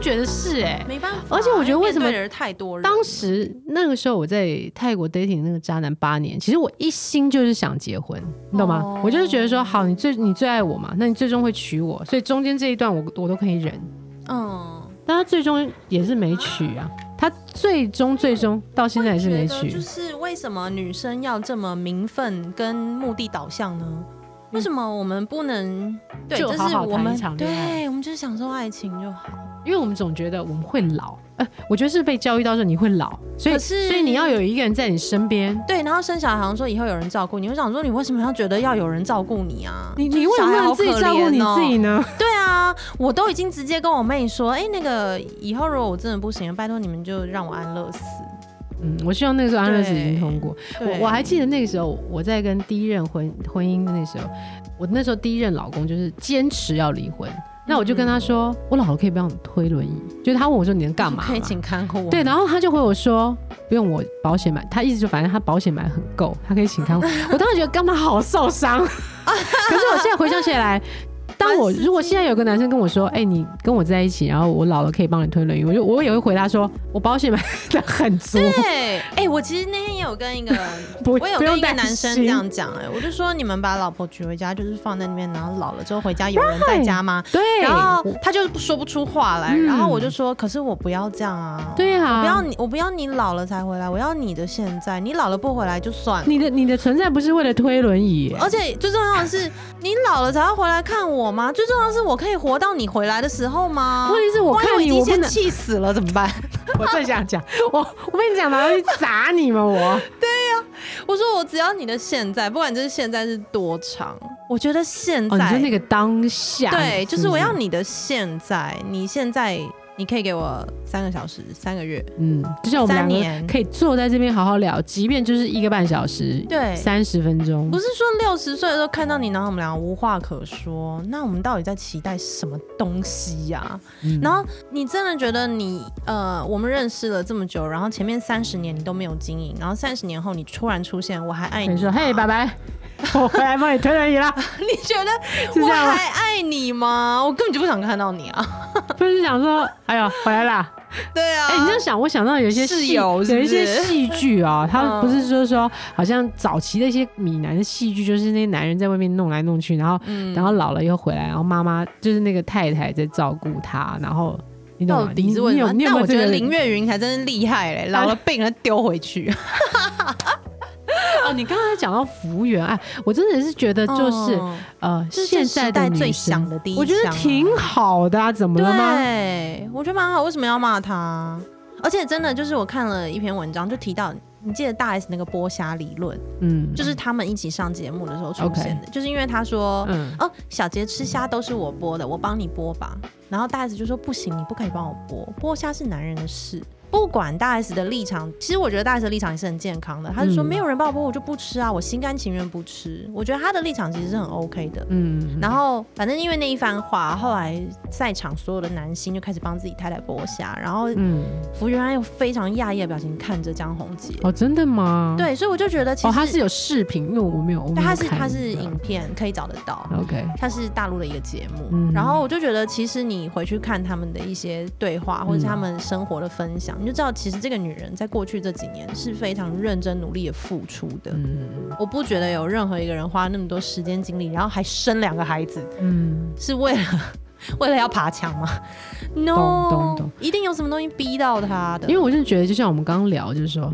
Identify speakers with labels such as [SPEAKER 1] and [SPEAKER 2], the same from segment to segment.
[SPEAKER 1] 觉得是哎、
[SPEAKER 2] 没办法。
[SPEAKER 1] 而且我觉得为什么
[SPEAKER 2] 因面对人太多人，
[SPEAKER 1] 当时那个时候我在泰国 dating 那个渣男八年，其实我一心就是想结婚，你懂吗？
[SPEAKER 2] 哦
[SPEAKER 1] 我就是觉得说，好，你最你最爱我嘛，那你最终会娶我，所以中间这一段我我都可以忍。
[SPEAKER 2] 嗯，
[SPEAKER 1] 但他最终也是没娶啊，他最终最终到现在也是没
[SPEAKER 2] 我也觉得
[SPEAKER 1] 娶
[SPEAKER 2] 就。是为什么女生要这么名分跟目的导向呢？为什么我们不能？对，
[SPEAKER 1] 嗯就
[SPEAKER 2] 这
[SPEAKER 1] 好
[SPEAKER 2] 是
[SPEAKER 1] 好
[SPEAKER 2] 我
[SPEAKER 1] 谈一
[SPEAKER 2] 们
[SPEAKER 1] 场恋爱
[SPEAKER 2] 对，我们就是享受爱情就好。
[SPEAKER 1] 因为我们总觉得我们会老，呃，我觉得是被教育到说你会老，所以
[SPEAKER 2] 可是
[SPEAKER 1] 所以你要有一个人在你身边，
[SPEAKER 2] 对，然后生小孩好像说以后有人照顾你，我想说你为什么要觉得要有人照顾你啊？
[SPEAKER 1] 你你为什么
[SPEAKER 2] 小孩
[SPEAKER 1] 要
[SPEAKER 2] 好
[SPEAKER 1] 自己
[SPEAKER 2] 可
[SPEAKER 1] 照顾你
[SPEAKER 2] 怜哦
[SPEAKER 1] 自己呢？
[SPEAKER 2] 对啊，我都已经直接跟我妹说，哎、那个以后如果我真的不行，拜托你们就让我安乐死。
[SPEAKER 1] 嗯，我希望那个时候安乐死已
[SPEAKER 2] 对
[SPEAKER 1] 经通过。
[SPEAKER 2] 对，
[SPEAKER 1] 我我还记得那个时候我在跟第一任婚婚姻的那时候，我那时候第一任老公就是坚持要离婚，那我就跟他说，我老了可以不要推轮椅，就是他问我说你能干嘛
[SPEAKER 2] 可以
[SPEAKER 1] 嘛
[SPEAKER 2] 请看护我。
[SPEAKER 1] 对，然后他就回我说不用我保险买，他意思就反正他保险买很够，他可以请看护。我 当时觉得干嘛好受伤， 可是我现在回想起来，当我
[SPEAKER 2] 蛮实际
[SPEAKER 1] 如果现在有个男生跟我说，哎、你跟我在一起，然后我老了可以帮你推轮椅，我就我也会回答说，我保险买的很足，
[SPEAKER 2] 对，哎、我其实那天也有跟一个，
[SPEAKER 1] 不
[SPEAKER 2] 我有
[SPEAKER 1] 不
[SPEAKER 2] 跟
[SPEAKER 1] 用
[SPEAKER 2] 一个
[SPEAKER 1] 担
[SPEAKER 2] 男生这
[SPEAKER 1] 心
[SPEAKER 2] 样讲，哎，我就说你们把老婆娶回家，就是放在那边，然后老了之后回家，有人在家吗？
[SPEAKER 1] 对，哎
[SPEAKER 2] 然后他就说不出话来，然后
[SPEAKER 1] 嗯
[SPEAKER 2] 我就说，可是我不要这样啊，
[SPEAKER 1] 对啊，
[SPEAKER 2] 不要你，我不要你老了才回来，我要你的现在，你老了不回来就算了。
[SPEAKER 1] 你的你的存在不是为了推轮椅耶，
[SPEAKER 2] 而且最重要的是，你老了才要回来看我吗？最重要的是，我可以活到你回来的时候吗？
[SPEAKER 1] 问题是我
[SPEAKER 2] 万一
[SPEAKER 1] 看你
[SPEAKER 2] 我已
[SPEAKER 1] 我不
[SPEAKER 2] 经先
[SPEAKER 1] 能，
[SPEAKER 2] 气死了怎么办？
[SPEAKER 1] 我正想讲， 我我跟你讲嘛，我去砸你 们我，哦
[SPEAKER 2] 我说我只要你的现在，不管这是现在是多长，我觉得现
[SPEAKER 1] 哦，
[SPEAKER 2] 在、
[SPEAKER 1] 你说那个当下，
[SPEAKER 2] 对，就是我要
[SPEAKER 1] 不
[SPEAKER 2] 你的现在，你现在你可以给我三个小时、三个月，
[SPEAKER 1] 嗯，就像我们两
[SPEAKER 2] 三年
[SPEAKER 1] 个可以坐在这边好好聊，即便就是一个半小时，
[SPEAKER 2] 对
[SPEAKER 1] 三十分钟，
[SPEAKER 2] 不是说六十岁的时候看到你，然后我们俩无话可说，那我们到底在期待什么东西呀、
[SPEAKER 1] 嗯
[SPEAKER 2] 然后你真的觉得你呃，我们认识了这么久，然后前面三十年你都没有经营，然后三十年后你突然出现，我还爱
[SPEAKER 1] 你
[SPEAKER 2] 你
[SPEAKER 1] 说
[SPEAKER 2] 吗，
[SPEAKER 1] 嘿，拜拜， 我回来帮你推轮椅啦，
[SPEAKER 2] 你觉得
[SPEAKER 1] 是这
[SPEAKER 2] 我
[SPEAKER 1] 样吗
[SPEAKER 2] 还爱你吗？我根本就不想看到 你啊！
[SPEAKER 1] 不是想说，哎呦，回来啦，
[SPEAKER 2] 对啊，
[SPEAKER 1] 哎、你这样想，我想到有一些
[SPEAKER 2] 室
[SPEAKER 1] 戏
[SPEAKER 2] 友是
[SPEAKER 1] 有
[SPEAKER 2] 不
[SPEAKER 1] 一些
[SPEAKER 2] 是
[SPEAKER 1] 戏剧 啊，他
[SPEAKER 2] 嗯
[SPEAKER 1] 不是就是说，好像早期的一些闽南的戏剧，就是那些男人在外面弄来弄去，然后、
[SPEAKER 2] 嗯
[SPEAKER 1] 然后老了以后回来，然后妈妈就是那个太太在照顾他，然后你懂
[SPEAKER 2] 到
[SPEAKER 1] 吗？
[SPEAKER 2] 底
[SPEAKER 1] 你
[SPEAKER 2] 是为
[SPEAKER 1] 你
[SPEAKER 2] 什
[SPEAKER 1] 有
[SPEAKER 2] 么
[SPEAKER 1] 你？有
[SPEAKER 2] 但
[SPEAKER 1] 没有
[SPEAKER 2] 我
[SPEAKER 1] 这
[SPEAKER 2] 觉
[SPEAKER 1] 个啊
[SPEAKER 2] 得林月云才真是厉害嘞，老了病了丢回 去。
[SPEAKER 1] 哦，你刚才讲到服务员，哎，我真的是觉得就是、
[SPEAKER 2] 嗯
[SPEAKER 1] 呃，
[SPEAKER 2] 这是
[SPEAKER 1] 现在的
[SPEAKER 2] 时代最
[SPEAKER 1] 女
[SPEAKER 2] 响
[SPEAKER 1] 生，
[SPEAKER 2] 的第一，
[SPEAKER 1] 我觉得挺。好的、啊，怎么了吗？
[SPEAKER 2] 对，我觉得蛮好，为什么要骂他？而且真的就是我看了一篇文章，就提到你记得大 S 那个剥虾理论，
[SPEAKER 1] 嗯，
[SPEAKER 2] 就是他们一起上节目的时候出现的就是因为他说。
[SPEAKER 1] 嗯，
[SPEAKER 2] 哦，小杰吃虾都是我剥的，我帮你剥吧。然后大 S 就说不行，你不可以帮我剥，剥虾是男人的事。不管大 S 的立场，其实我觉得大 S 的立场也是很健康的。他就说、
[SPEAKER 1] 嗯
[SPEAKER 2] 没有人帮我剥，我就不吃啊，我心甘情愿不吃。我觉得他的立场其实是很 OK 的。
[SPEAKER 1] 嗯，
[SPEAKER 2] 然后反正因为那一番话，后来在场所有的男星就开始帮自己太太剥虾，然后
[SPEAKER 1] 嗯，
[SPEAKER 2] 服务员用非常讶异的表情看着江宏杰。
[SPEAKER 1] 哦，真的吗？。
[SPEAKER 2] 对，所以我就觉得其实、
[SPEAKER 1] 哦，他是有视频，因为我没有，我没
[SPEAKER 2] 对
[SPEAKER 1] 有
[SPEAKER 2] 他是
[SPEAKER 1] 看
[SPEAKER 2] 他是
[SPEAKER 1] 那个
[SPEAKER 2] 影片可以找得到。
[SPEAKER 1] OK，
[SPEAKER 2] 它是大陆的一个节目，
[SPEAKER 1] 嗯
[SPEAKER 2] 然后我就觉得，其实你回去看他们的一些对话，或者是他们生活的分享，你就知道，其实这个女人在过去这几年是非常认真努力的付出的。
[SPEAKER 1] 嗯
[SPEAKER 2] 我不觉得有任何一个人花那么多时间精力，然后还生两个孩子，
[SPEAKER 1] 嗯，
[SPEAKER 2] 是为了 为了要爬墙吗？No，
[SPEAKER 1] 懂懂懂
[SPEAKER 2] 一定有什么东西逼到她的。
[SPEAKER 1] 因为我是觉得，就像我们刚刚聊，就是说，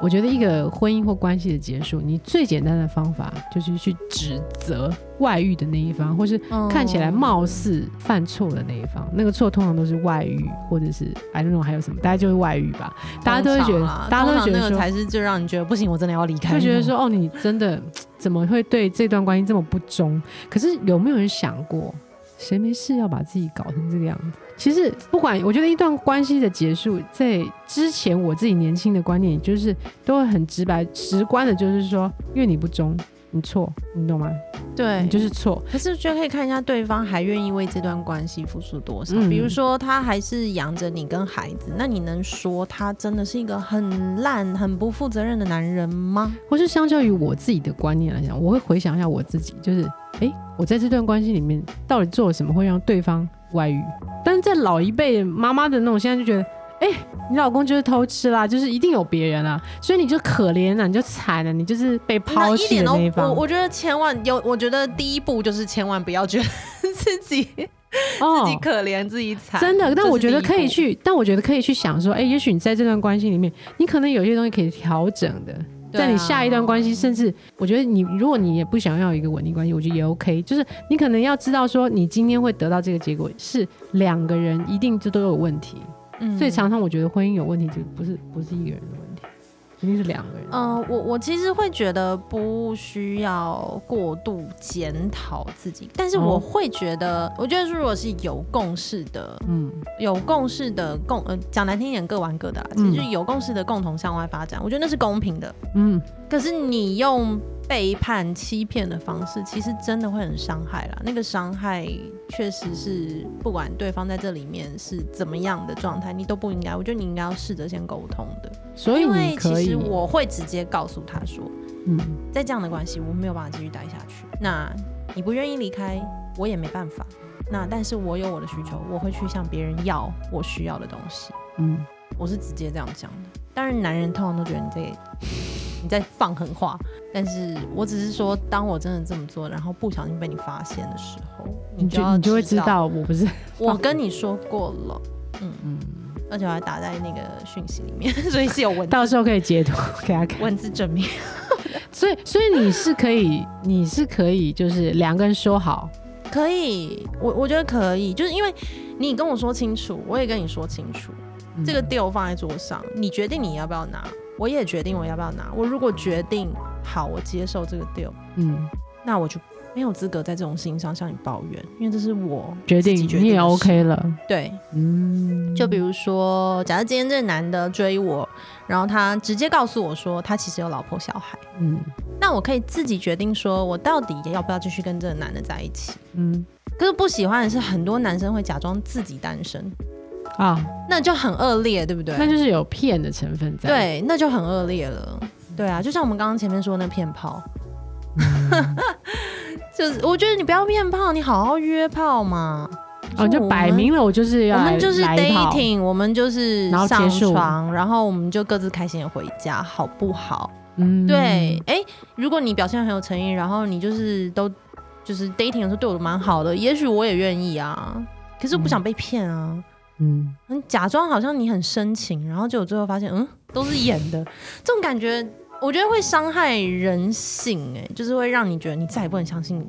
[SPEAKER 1] 我觉得一个婚姻或关系的结束，你最简单的方法就是去指责外遇的那一方，或是
[SPEAKER 2] 嗯
[SPEAKER 1] 看起来貌似犯错的那一方，那个错通常都是外遇，或者是 I don't know 还有什么，大家就是外遇吧，大家都会觉
[SPEAKER 2] 通
[SPEAKER 1] 得
[SPEAKER 2] 常啦，
[SPEAKER 1] 大家都会
[SPEAKER 2] 通常
[SPEAKER 1] 觉得
[SPEAKER 2] 那个
[SPEAKER 1] 说，
[SPEAKER 2] 才是最让你觉得不行，我真的要离开。
[SPEAKER 1] 会觉得，说，哦，你真的怎么会对这段关系这么不忠？可是有没有人想过，谁没事要把自己搞成这个样子？其实不管，我觉得一段关系的结束，在之前我自己年轻的观念，就是都会很直白、直观的，就是说，因为你不忠，你错，你懂吗？
[SPEAKER 2] 对，
[SPEAKER 1] 你就是错。
[SPEAKER 2] 可是就可以看一下对方还愿意为这段关系付出多少。
[SPEAKER 1] 嗯
[SPEAKER 2] 比如说，他还是养着你跟孩子，那你能说他真的是一个很烂、很不负责任的男人吗？
[SPEAKER 1] 或是相较于我自己的观念来讲，我会回想一下我自己，就是，诶，我在这段关系里面到底做了什么，会让对方外遇。但是在老一辈妈妈的那种，现在就觉得，哎、你老公就是偷吃啦，就是一定有别人啦，所以你就可怜啊了，你就惨了，你就是被
[SPEAKER 2] 那
[SPEAKER 1] 抛
[SPEAKER 2] 一
[SPEAKER 1] 弃
[SPEAKER 2] 点
[SPEAKER 1] 的
[SPEAKER 2] 都
[SPEAKER 1] 那一方。
[SPEAKER 2] 我我觉得千万有，我觉得第一步就是千万不要觉得自己、自己
[SPEAKER 1] 哦，
[SPEAKER 2] 可怜自己惨，
[SPEAKER 1] 真的，
[SPEAKER 2] 这
[SPEAKER 1] 但
[SPEAKER 2] 是
[SPEAKER 1] 我觉得
[SPEAKER 2] 第一
[SPEAKER 1] 可以
[SPEAKER 2] 步。
[SPEAKER 1] 去，但我觉得可以去想说，哎、也许你在这段关系里面，你可能有些东西可以调整的。
[SPEAKER 2] 对啊
[SPEAKER 1] 在你下一段关系，甚至我觉得你，如果你也不想要一个稳定关系，我觉得也 OK。就是你可能要知道说，你今天会得到这个结果，是两个人一定就都有问题。
[SPEAKER 2] 嗯
[SPEAKER 1] 所以常常我觉得婚姻有问题，就不是不是一个人的问题，一定是两个人。
[SPEAKER 2] 嗯、我我其实会觉得不需要过度检讨自己，但是我
[SPEAKER 1] 哦
[SPEAKER 2] 会觉得，我觉得如果是有共识的、
[SPEAKER 1] 嗯，
[SPEAKER 2] 有共识的共，呃，讲难听一点，各玩各的啊啦，其
[SPEAKER 1] 嗯
[SPEAKER 2] 实就是有共识的共同向外发展，我觉得那是公平的。
[SPEAKER 1] 嗯，
[SPEAKER 2] 可是你用背叛、欺骗的方式，其实真的会很伤害啦。那个伤害确实是，不管对方在这里面是怎么样的状态，你都不应该。我觉得你应该要试着先沟通的，
[SPEAKER 1] 所以
[SPEAKER 2] 因
[SPEAKER 1] 你
[SPEAKER 2] 为
[SPEAKER 1] 可
[SPEAKER 2] 其
[SPEAKER 1] 以
[SPEAKER 2] 实，我会直接告诉他说，
[SPEAKER 1] 嗯，
[SPEAKER 2] 在这样的关系，我没有办法继续待下去。那你不愿意离开，我也没办法。那但是我有我的需求，我会去向别人要我需要的东西。
[SPEAKER 1] 嗯，
[SPEAKER 2] 我是直接这样讲的。当然，男人通常都觉得你在你在放狠话，但是我只是说，当我真的这么做，然后不小心被你发现的时候，
[SPEAKER 1] 你
[SPEAKER 2] 就
[SPEAKER 1] 就
[SPEAKER 2] 要
[SPEAKER 1] 你就会知道我不是，
[SPEAKER 2] 我跟你说过了，
[SPEAKER 1] 嗯，
[SPEAKER 2] 而且我还打在那个讯息里面， 所以是有文字
[SPEAKER 1] 到时候可以截图给他看。
[SPEAKER 2] 文字证明。
[SPEAKER 1] 所以，所以你是可以，你是可以，就是两个人说好，
[SPEAKER 2] 可以，我我觉得可以，就是因为你跟我说清楚，我也跟你说清楚，
[SPEAKER 1] 嗯
[SPEAKER 2] 这个 deal 放在桌上，你决定你要不要拿，我也决定我要不要拿。我如果决定好，我接受这个 deal，
[SPEAKER 1] 嗯，
[SPEAKER 2] 那我就没有资格在这种事情上向你抱怨，因为这是我
[SPEAKER 1] 决
[SPEAKER 2] 自己
[SPEAKER 1] 定
[SPEAKER 2] 决定
[SPEAKER 1] 你也
[SPEAKER 2] 的事
[SPEAKER 1] OK 了，
[SPEAKER 2] 对。
[SPEAKER 1] 嗯，
[SPEAKER 2] 就比如说，假设今天这男的追我，然后他直接告诉我说他其实有老婆小孩，
[SPEAKER 1] 嗯
[SPEAKER 2] 那我可以自己决定说我到底要不要继续跟这个男的在一起。
[SPEAKER 1] 嗯
[SPEAKER 2] 可是不喜欢的是，很多男生会假装自己单身，
[SPEAKER 1] 啊，
[SPEAKER 2] 那就很恶劣，对不对？
[SPEAKER 1] 那就是有骗的成分在，，
[SPEAKER 2] 对，那就很恶劣了。对啊，就像我们刚刚前面说的那骗炮，
[SPEAKER 1] 嗯
[SPEAKER 2] 就是我觉得你不要骗炮，你好好约炮嘛。
[SPEAKER 1] 哦，就摆明了我就是
[SPEAKER 2] 我
[SPEAKER 1] 要
[SPEAKER 2] 们，我
[SPEAKER 1] 来
[SPEAKER 2] 们就是
[SPEAKER 1] 来一套
[SPEAKER 2] dating，我们就是
[SPEAKER 1] 然后结
[SPEAKER 2] 上
[SPEAKER 1] 束
[SPEAKER 2] 床，然后我们就各自开心的回家，好不好？
[SPEAKER 1] 嗯，
[SPEAKER 2] 对，哎、如果你表现得很有诚意，然后你就是都就是 dating 的时候对我蛮好的，也许我也愿意啊。可是我不想被骗啊。
[SPEAKER 1] 嗯，
[SPEAKER 2] 嗯，假装好像你很深情，然后结果最后发现，嗯，都是演的，这种感觉，我觉得会伤害人性、哎，就是会让你觉得你再也不能相信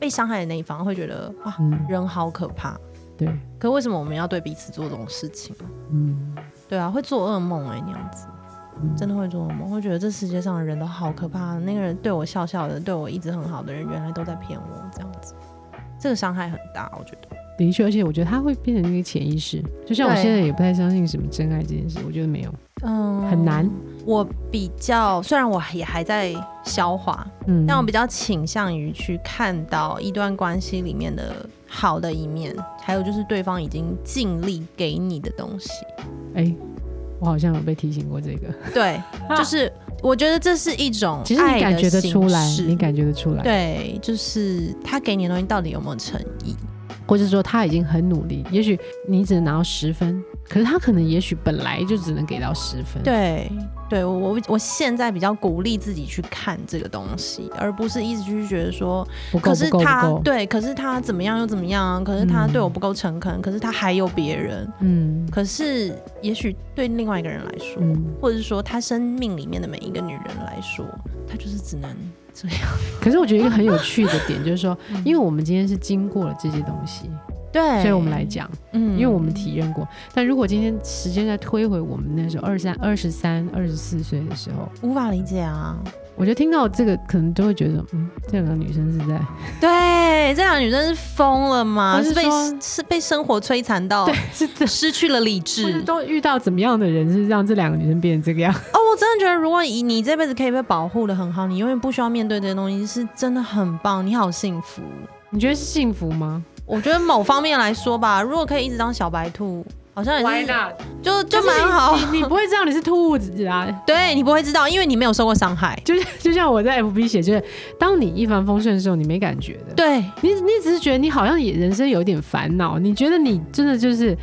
[SPEAKER 2] 被伤害的那一方，会觉得哇，
[SPEAKER 1] 嗯，
[SPEAKER 2] 人好可怕。
[SPEAKER 1] 对，
[SPEAKER 2] 可为什么我们要对彼此做这种事情？
[SPEAKER 1] 嗯，
[SPEAKER 2] 对啊，会做噩梦哎、那样子，
[SPEAKER 1] 嗯
[SPEAKER 2] 真的会做噩梦，会觉得这世界上的人都好可怕。那个人对我笑笑的，对我一直很好的人，原来都在骗我，这样子，这个伤害很大，我觉得。
[SPEAKER 1] 的确，而且我觉得它会变成一个潜意识。就像我
[SPEAKER 2] 对
[SPEAKER 1] 现在也不太相信什么真爱这件事，我觉得没有，
[SPEAKER 2] 嗯，
[SPEAKER 1] 很难。
[SPEAKER 2] 我比较，虽然我也还在消化，
[SPEAKER 1] 嗯，
[SPEAKER 2] 但我比较倾向于去看到一段关系里面的好的一面，还有就是对方已经尽力给你的东西。
[SPEAKER 1] 哎、我好像有被提醒过这个。
[SPEAKER 2] 对，就是我觉得这是一种
[SPEAKER 1] 啊其实你感觉得出来
[SPEAKER 2] 爱的形，式
[SPEAKER 1] 你感觉得出来，，
[SPEAKER 2] 对，就是他给你的东西到底有没有诚意？
[SPEAKER 1] 或者说他已经很努力，也许你只能拿到十分，可是他可能也许本来就只能给到十分。，
[SPEAKER 2] 对，对我我我现在比较鼓励自己去看这个东西，而不是一直去觉得说
[SPEAKER 1] 不够，
[SPEAKER 2] 可是
[SPEAKER 1] 不够，不
[SPEAKER 2] 他
[SPEAKER 1] 够。
[SPEAKER 2] 对，可是他怎么样又怎么样啊？可是他
[SPEAKER 1] 嗯
[SPEAKER 2] 对我不够诚恳，可是他还有别人。
[SPEAKER 1] 嗯
[SPEAKER 2] 可是也许对另外一个人来说，
[SPEAKER 1] 嗯，
[SPEAKER 2] 或者是说他生命里面的每一个女人来说，他就是只能这样。
[SPEAKER 1] 可是我觉得一个很有趣的点就是说，因为
[SPEAKER 2] 为
[SPEAKER 1] 我们今天是经过了这些东西，
[SPEAKER 2] 嗯对，
[SPEAKER 1] 所以我们来，讲。
[SPEAKER 2] 嗯
[SPEAKER 1] 因为我们体验过。但如果今天时间再推回我们那时候二三、二十三、二十四岁的时候，
[SPEAKER 2] 无法理解啊。
[SPEAKER 1] 我就听到这个，可能就会觉得，嗯，这两个女生是在
[SPEAKER 2] 哦对，这两个女生是疯了吗？
[SPEAKER 1] 或是
[SPEAKER 2] 是被
[SPEAKER 1] 说
[SPEAKER 2] 是被生活摧残到
[SPEAKER 1] 是在。
[SPEAKER 2] 失去了理
[SPEAKER 1] 或者
[SPEAKER 2] 智。
[SPEAKER 1] 都遇到怎么样的人是让这两个女生变成这个样？
[SPEAKER 2] 哦，我真的觉得，如果以你这辈子可以被保护的很好，你永远不需要面对这些东西，是真的很棒，你好幸福。
[SPEAKER 1] 你觉得是幸福吗？
[SPEAKER 2] 我觉得某方面来说吧，如果可以一直当小白兔，好像也
[SPEAKER 1] Why
[SPEAKER 2] 是
[SPEAKER 1] not？
[SPEAKER 2] 就就
[SPEAKER 1] 但是
[SPEAKER 2] 蛮
[SPEAKER 1] 你
[SPEAKER 2] 好。
[SPEAKER 1] 你你不会知道你是兔子啊，
[SPEAKER 2] 对你不会知道，因为你没有受过伤害。
[SPEAKER 1] 就是就像我在 FB 写，就是当你一帆风顺的时候，你没感觉的。
[SPEAKER 2] 对，
[SPEAKER 1] 你你只是觉得你好像也人生有一点烦恼，你觉得你真的就是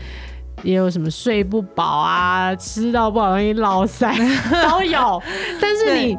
[SPEAKER 1] 也有什么睡不饱啊，吃到不好容易落 腮都有，但是你。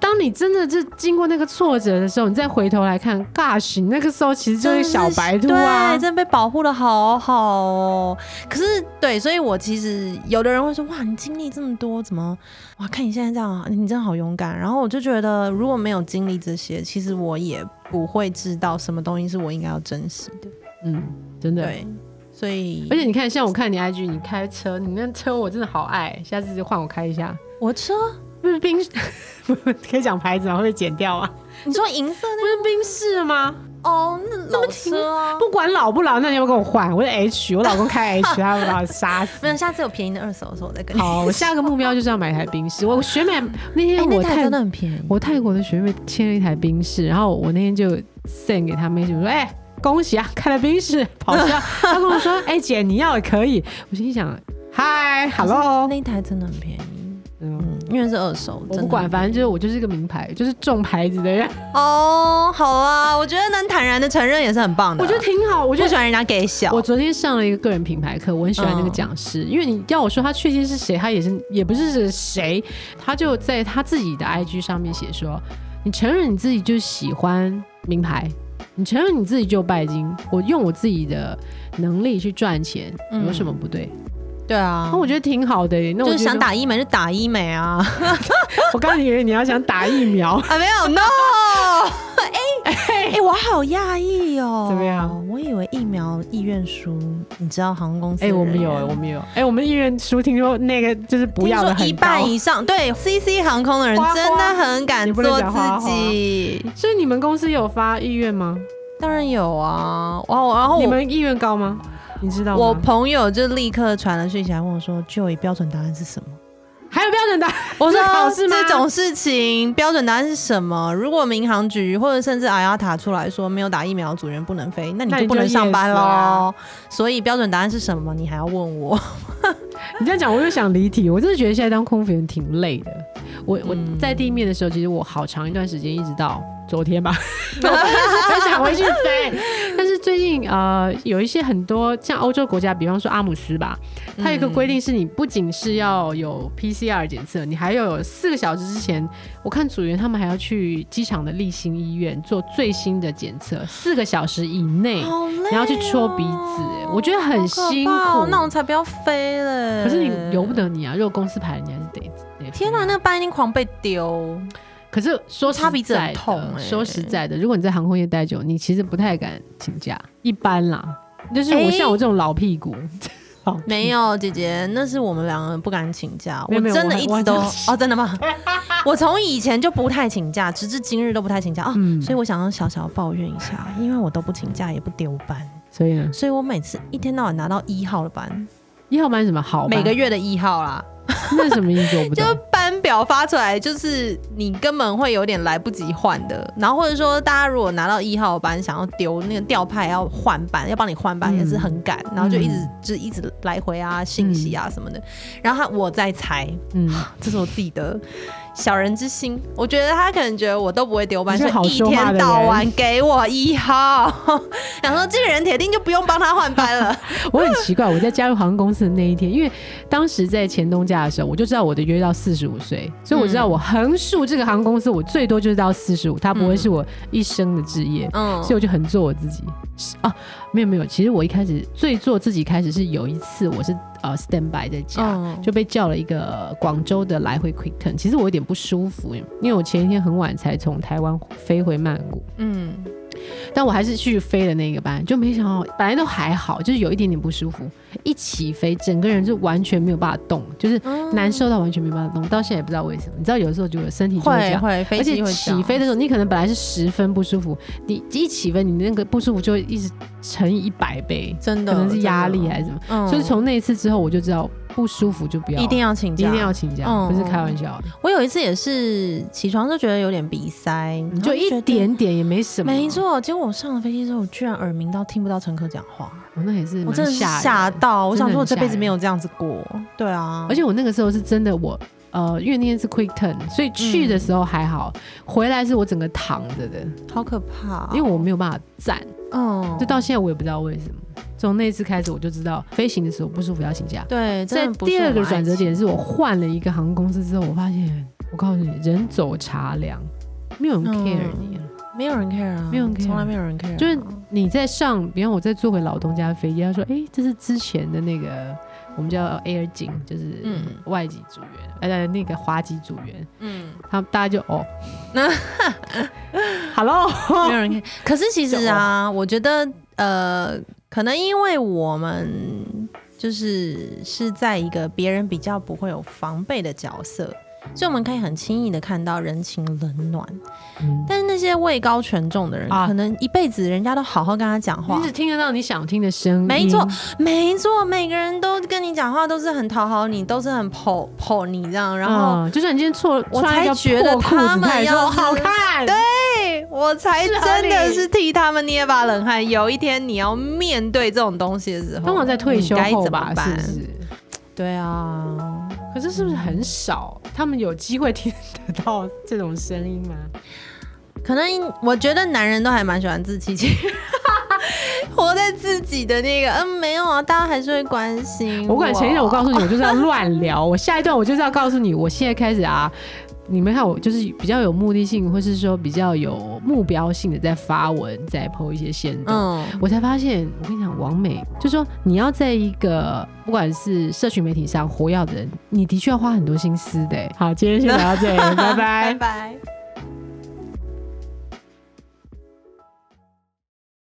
[SPEAKER 1] 当你真的是经过那个挫折的时候，你再回头来看，gosh，你那个时候其实就是小白兔啊
[SPEAKER 2] 对，，真的被保护的好好哦。可是对，所以我其实有的人会说，哇，你经历这么多，怎么哇？看你现在这样啊，你真的好勇敢。然后我就觉得，如果没有经历这些，其实我也不会知道什么东西是我应该要珍惜的。
[SPEAKER 1] 嗯，真的。
[SPEAKER 2] 对，所以
[SPEAKER 1] 而且你看，像我看你 IG，你开车，你那车我真的好爱，下次换我开一下。
[SPEAKER 2] 我车，
[SPEAKER 1] 不是冰， 不可以讲牌子吗？会不会剪掉啊？
[SPEAKER 2] 你说银
[SPEAKER 1] 不
[SPEAKER 2] 色
[SPEAKER 1] 是冰室吗？
[SPEAKER 2] 那哦，那老车啊，
[SPEAKER 1] 不管老不老，那你要不要跟我换？我是 H，我老公 开 H，他会把我杀死。
[SPEAKER 2] 没 有，下次有便宜的二手的时候，我再跟你。
[SPEAKER 1] 好，我下个目标就是要买一台冰室。我学妹那
[SPEAKER 2] 哎、
[SPEAKER 1] 天
[SPEAKER 2] 那
[SPEAKER 1] 我
[SPEAKER 2] 台
[SPEAKER 1] 泰、
[SPEAKER 2] 真的很便宜。
[SPEAKER 1] 我泰国的学妹签了一台冰室，然后我那天就 send 给她妹子，我说：“哎、恭喜啊，开了冰室，跑 销。”她跟我说：“哎、姐，你要也可以。”我心想：“嗨，hello。
[SPEAKER 2] 那一台真的很便宜，”
[SPEAKER 1] 嗯
[SPEAKER 2] 嗯，因为是二手，
[SPEAKER 1] 我
[SPEAKER 2] 真
[SPEAKER 1] 不
[SPEAKER 2] 的
[SPEAKER 1] 管，反正就是我就是一个名牌，就是中牌子的人，
[SPEAKER 2] 哦，好啊，我觉得能坦然的承认也是很棒的。
[SPEAKER 1] 我觉得挺好。我
[SPEAKER 2] 我
[SPEAKER 1] 就
[SPEAKER 2] 不喜欢人家给小，
[SPEAKER 1] 我昨天上了一个个人品牌课，我很喜欢那个
[SPEAKER 2] 嗯
[SPEAKER 1] 讲师，因为你要我说他确切是谁，他也是也不是是谁，他就在他自己的 IG 上面写说，你承认你自己就喜欢名牌，你承认你自己就拜金，我用我自己的能力去赚钱，
[SPEAKER 2] 嗯
[SPEAKER 1] 有什么不对？
[SPEAKER 2] 对啊
[SPEAKER 1] 那、，我觉得挺好的耶、那我
[SPEAKER 2] 就是
[SPEAKER 1] 觉得
[SPEAKER 2] 想，打医美就打医美啊
[SPEAKER 1] 我刚刚以为你要想打疫
[SPEAKER 2] ，
[SPEAKER 1] 苗
[SPEAKER 2] 啊，没有 no，哎哎、我好讶异哦，
[SPEAKER 1] 怎么样？
[SPEAKER 2] 我以为疫苗意愿书，你知道航空公司
[SPEAKER 1] 哎、
[SPEAKER 2] 的人
[SPEAKER 1] 我们有、哎，我们有，哎、我们医院书听说那个就是不要的
[SPEAKER 2] 听说
[SPEAKER 1] 很
[SPEAKER 2] 一
[SPEAKER 1] 高
[SPEAKER 2] 半以上，对 CC 航空的人
[SPEAKER 1] 花花
[SPEAKER 2] 真的很敢
[SPEAKER 1] 你不能
[SPEAKER 2] 做
[SPEAKER 1] 讲花花
[SPEAKER 2] 自己，
[SPEAKER 1] 所以你们公司有发意愿吗？
[SPEAKER 2] 当然有啊，哇，然后
[SPEAKER 1] 你
[SPEAKER 2] 我
[SPEAKER 1] 们意愿高吗？你知道吗？
[SPEAKER 2] 我朋友就立刻传了讯息来问我说：“Joy 标准答案是什么
[SPEAKER 1] 还有标准答？”
[SPEAKER 2] 我说
[SPEAKER 1] 这考试吗
[SPEAKER 2] 这种事情标准答案是什么？如果民航局或者甚至 IATA 出来说没有打疫苗组员不能飞，那你
[SPEAKER 1] 那
[SPEAKER 2] 就
[SPEAKER 1] 你
[SPEAKER 2] 不
[SPEAKER 1] 就
[SPEAKER 2] 能上班
[SPEAKER 1] yes
[SPEAKER 2] 喽。
[SPEAKER 1] 啊
[SPEAKER 2] 所以标准答案是什么？你还要问我？
[SPEAKER 1] 你这样讲，我又想离题。我真的觉得现在当空服员挺累的。我我
[SPEAKER 2] 嗯
[SPEAKER 1] 在地面的时候，其实我好长一段时间，一直到昨天吧， 我很想回去飞。但是最近呃，有一些很多像欧洲国家，比方说阿姆斯吧，它有一个规定是，你不仅是要有 PCR 检测，你还要有四个小时之前，我看组员他们还要去机场的立新医院做最新的检测，四个小时以内。
[SPEAKER 2] 好累、哦
[SPEAKER 1] 你要去戳鼻子哎我觉得很
[SPEAKER 2] 好可怕哦
[SPEAKER 1] 辛苦
[SPEAKER 2] 那我才不要飞嘞。
[SPEAKER 1] 可是你由不。得你啊！如果公司排，你还是得得飞
[SPEAKER 2] 嗯
[SPEAKER 1] 啊
[SPEAKER 2] 天哪，那个班一定狂被丢。
[SPEAKER 1] 可是说实
[SPEAKER 2] 擦鼻子
[SPEAKER 1] 在
[SPEAKER 2] 很
[SPEAKER 1] 的，
[SPEAKER 2] 痛欸
[SPEAKER 1] 说实在的，如果你在航空业待久，你其实不太敢请假，一般啦。就是我
[SPEAKER 2] 哎
[SPEAKER 1] 像我这种老屁 股，好
[SPEAKER 2] 没有，姐姐，那是我们两个人不敢请假。
[SPEAKER 1] 没有没有
[SPEAKER 2] 真的
[SPEAKER 1] 我
[SPEAKER 2] 一
[SPEAKER 1] 我
[SPEAKER 2] 直都
[SPEAKER 1] 我
[SPEAKER 2] 哦，真的吗？ 我从以前就不太请假，直至今日都不太请假啊。
[SPEAKER 1] 嗯
[SPEAKER 2] 所以我想要小小抱怨一下，因为我都不请假，也不丢班，
[SPEAKER 1] 所以呢，
[SPEAKER 2] 所以我每次一天到晚拿到一号的班，
[SPEAKER 1] 一号班是什么好班
[SPEAKER 2] 每个月的一号啦，
[SPEAKER 1] 那什么意思我不
[SPEAKER 2] 就
[SPEAKER 1] 懂。
[SPEAKER 2] 班表发出来，就是你根本会有点来不及换的。然后或者说，大家如果拿到一号班，想要丢那个调派要换班，要帮你换
[SPEAKER 1] 嗯
[SPEAKER 2] 班也是很赶，然后就一直
[SPEAKER 1] 嗯
[SPEAKER 2] 就一直来回啊、信息啊什么的。然后他我在猜，
[SPEAKER 1] 嗯，
[SPEAKER 2] 这是我自己的小人之心，我觉得他可能觉得我都不会丢班，
[SPEAKER 1] 你
[SPEAKER 2] 所
[SPEAKER 1] 是好
[SPEAKER 2] 以一
[SPEAKER 1] 说话的
[SPEAKER 2] 天
[SPEAKER 1] 人
[SPEAKER 2] 到晚给我啊一号，想说这个人铁定就不用帮他换班 了。
[SPEAKER 1] 我很奇怪，我在加入航空公司的那一天，因为当时在前东家的时候，我就知道我的约到四十五岁，所以我知
[SPEAKER 2] 嗯
[SPEAKER 1] 道我横竖这个航空公司，我最多就是到四十五，它不会是我一生的职业。
[SPEAKER 2] 嗯
[SPEAKER 1] 所以我就很做我自己。是啊，没有没有，其实我一开始最做自己开始是有一次我是呃 stand by 在家。
[SPEAKER 2] 嗯
[SPEAKER 1] 就被叫了一个广州的来回 quick turn，其实我有点不舒服，因为我前一天很晚才从台湾飞回曼谷，
[SPEAKER 2] 嗯，
[SPEAKER 1] 但我还是去飞了那个班，就没想到本来都还好，就是有一点点不舒服，一起飞整个人就完全没有办法动，就是
[SPEAKER 2] 嗯
[SPEAKER 1] 难受到完全没办法动，到现在也不知道为什么。你知道有的时候就有身体就会这
[SPEAKER 2] 会
[SPEAKER 1] 样，
[SPEAKER 2] 会飞
[SPEAKER 1] 而且
[SPEAKER 2] 机会
[SPEAKER 1] 起飞的时候，你可能本来是十分不舒服，你一起飞，你那个不舒服就会一直乘以一百倍，
[SPEAKER 2] 真
[SPEAKER 1] 可
[SPEAKER 2] 的
[SPEAKER 1] 能是压力还是什么。
[SPEAKER 2] 嗯
[SPEAKER 1] 所以从那一次之后，我就知道不舒服就不要，
[SPEAKER 2] 一定要请
[SPEAKER 1] 一
[SPEAKER 2] 假，
[SPEAKER 1] 定要请假，
[SPEAKER 2] 嗯
[SPEAKER 1] 不是开玩笑的，
[SPEAKER 2] 我有一次也是起床就觉得有点鼻塞，
[SPEAKER 1] 你就一
[SPEAKER 2] 点。
[SPEAKER 1] 点点也没什么，
[SPEAKER 2] 没错，结果我上了飞机之后，我居然耳鸣到听不到乘客讲话，
[SPEAKER 1] 哦，那也是
[SPEAKER 2] 我
[SPEAKER 1] 蛮
[SPEAKER 2] 真的是
[SPEAKER 1] 吓人
[SPEAKER 2] 吓到，我
[SPEAKER 1] 真的
[SPEAKER 2] 想说我
[SPEAKER 1] 很
[SPEAKER 2] 这
[SPEAKER 1] 吓
[SPEAKER 2] 辈子没
[SPEAKER 1] 人
[SPEAKER 2] 有这样子过。对啊，
[SPEAKER 1] 而且我那个时候是真的我。呃，因为那天是 quick turn，所以
[SPEAKER 2] 嗯
[SPEAKER 1] 去的时候还好，回来是我整个躺着的，
[SPEAKER 2] 好可怕哦，
[SPEAKER 1] 因为我没有办法站，
[SPEAKER 2] 嗯，
[SPEAKER 1] 就到现在我也不知道为什么。从那次开始，我就知道飞行的时候不舒服要请假。
[SPEAKER 2] 对，
[SPEAKER 1] 在
[SPEAKER 2] 真的不
[SPEAKER 1] 第
[SPEAKER 2] 是
[SPEAKER 1] 二
[SPEAKER 2] 我
[SPEAKER 1] 个
[SPEAKER 2] 爱
[SPEAKER 1] 转折
[SPEAKER 2] 情，
[SPEAKER 1] 点是我换了一个航空公司之后，我发现，我告诉你，人走茶凉，没有人
[SPEAKER 2] 嗯
[SPEAKER 1] care 你了。
[SPEAKER 2] 没有人 care 啊，
[SPEAKER 1] 没有人 care
[SPEAKER 2] 从来没有人 care，啊
[SPEAKER 1] 就是你在上，比方我再坐回老东家的飞机，他说：“哎、这是之前的那个我们叫 Air 警，就是
[SPEAKER 2] 嗯
[SPEAKER 1] 外籍组员，呃，那个华籍组员。”
[SPEAKER 2] 嗯，
[SPEAKER 1] 他们大家就 哦，那 hello，
[SPEAKER 2] 没有人 care。可是其实啊，我觉得呃，可能因为我们就是是在一个别人比较不会有防备的角色，所以我们可以很轻易的看到人情冷暖。
[SPEAKER 1] 嗯
[SPEAKER 2] 但是那些位高权重的人，
[SPEAKER 1] 啊嗯
[SPEAKER 2] 可能一辈子人家都好好跟他讲话
[SPEAKER 1] 你只。听得到你想听的声音，嗯
[SPEAKER 2] 没错，没错，每个人都跟你讲话都是很讨好你，都是很捧捧你这样，然后
[SPEAKER 1] 嗯就算你今天错，
[SPEAKER 2] 我
[SPEAKER 1] 穿一
[SPEAKER 2] 才
[SPEAKER 1] 个
[SPEAKER 2] 觉得
[SPEAKER 1] 破裤
[SPEAKER 2] 他
[SPEAKER 1] 子，
[SPEAKER 2] 们
[SPEAKER 1] 他也
[SPEAKER 2] 要
[SPEAKER 1] 说
[SPEAKER 2] 是
[SPEAKER 1] 好看，对，
[SPEAKER 2] 对我才
[SPEAKER 1] 是合啊
[SPEAKER 2] 真的
[SPEAKER 1] 理
[SPEAKER 2] 是替他们捏把冷汗。有一天你要面对这种东西的时候，嗯
[SPEAKER 1] 通常在退休
[SPEAKER 2] 你该
[SPEAKER 1] 后
[SPEAKER 2] 怎
[SPEAKER 1] 吧
[SPEAKER 2] 么，
[SPEAKER 1] 是
[SPEAKER 2] 办？
[SPEAKER 1] 不是？
[SPEAKER 2] 对啊，
[SPEAKER 1] 可是是不是很少？他们有机会听得到这种声音吗？
[SPEAKER 2] 可能我觉得男人都还蛮喜欢自欺欺人， 活在自己的那个嗯没有啊，大家还是会关心。
[SPEAKER 1] 我管前一阵我告诉你，我就是要乱聊。我下一段我就是要告诉你，我现在开始啊，你们看我就是比较有目的性，或是说比较有目标性的在发文，在 PO 一些线动。
[SPEAKER 2] 嗯
[SPEAKER 1] 我才发现，我跟你讲，王美就说你要在一个不管是社群媒体上活跃的人，你的确要花很多心思的欸。好，今天先聊到这里，拜拜
[SPEAKER 2] 拜。拜。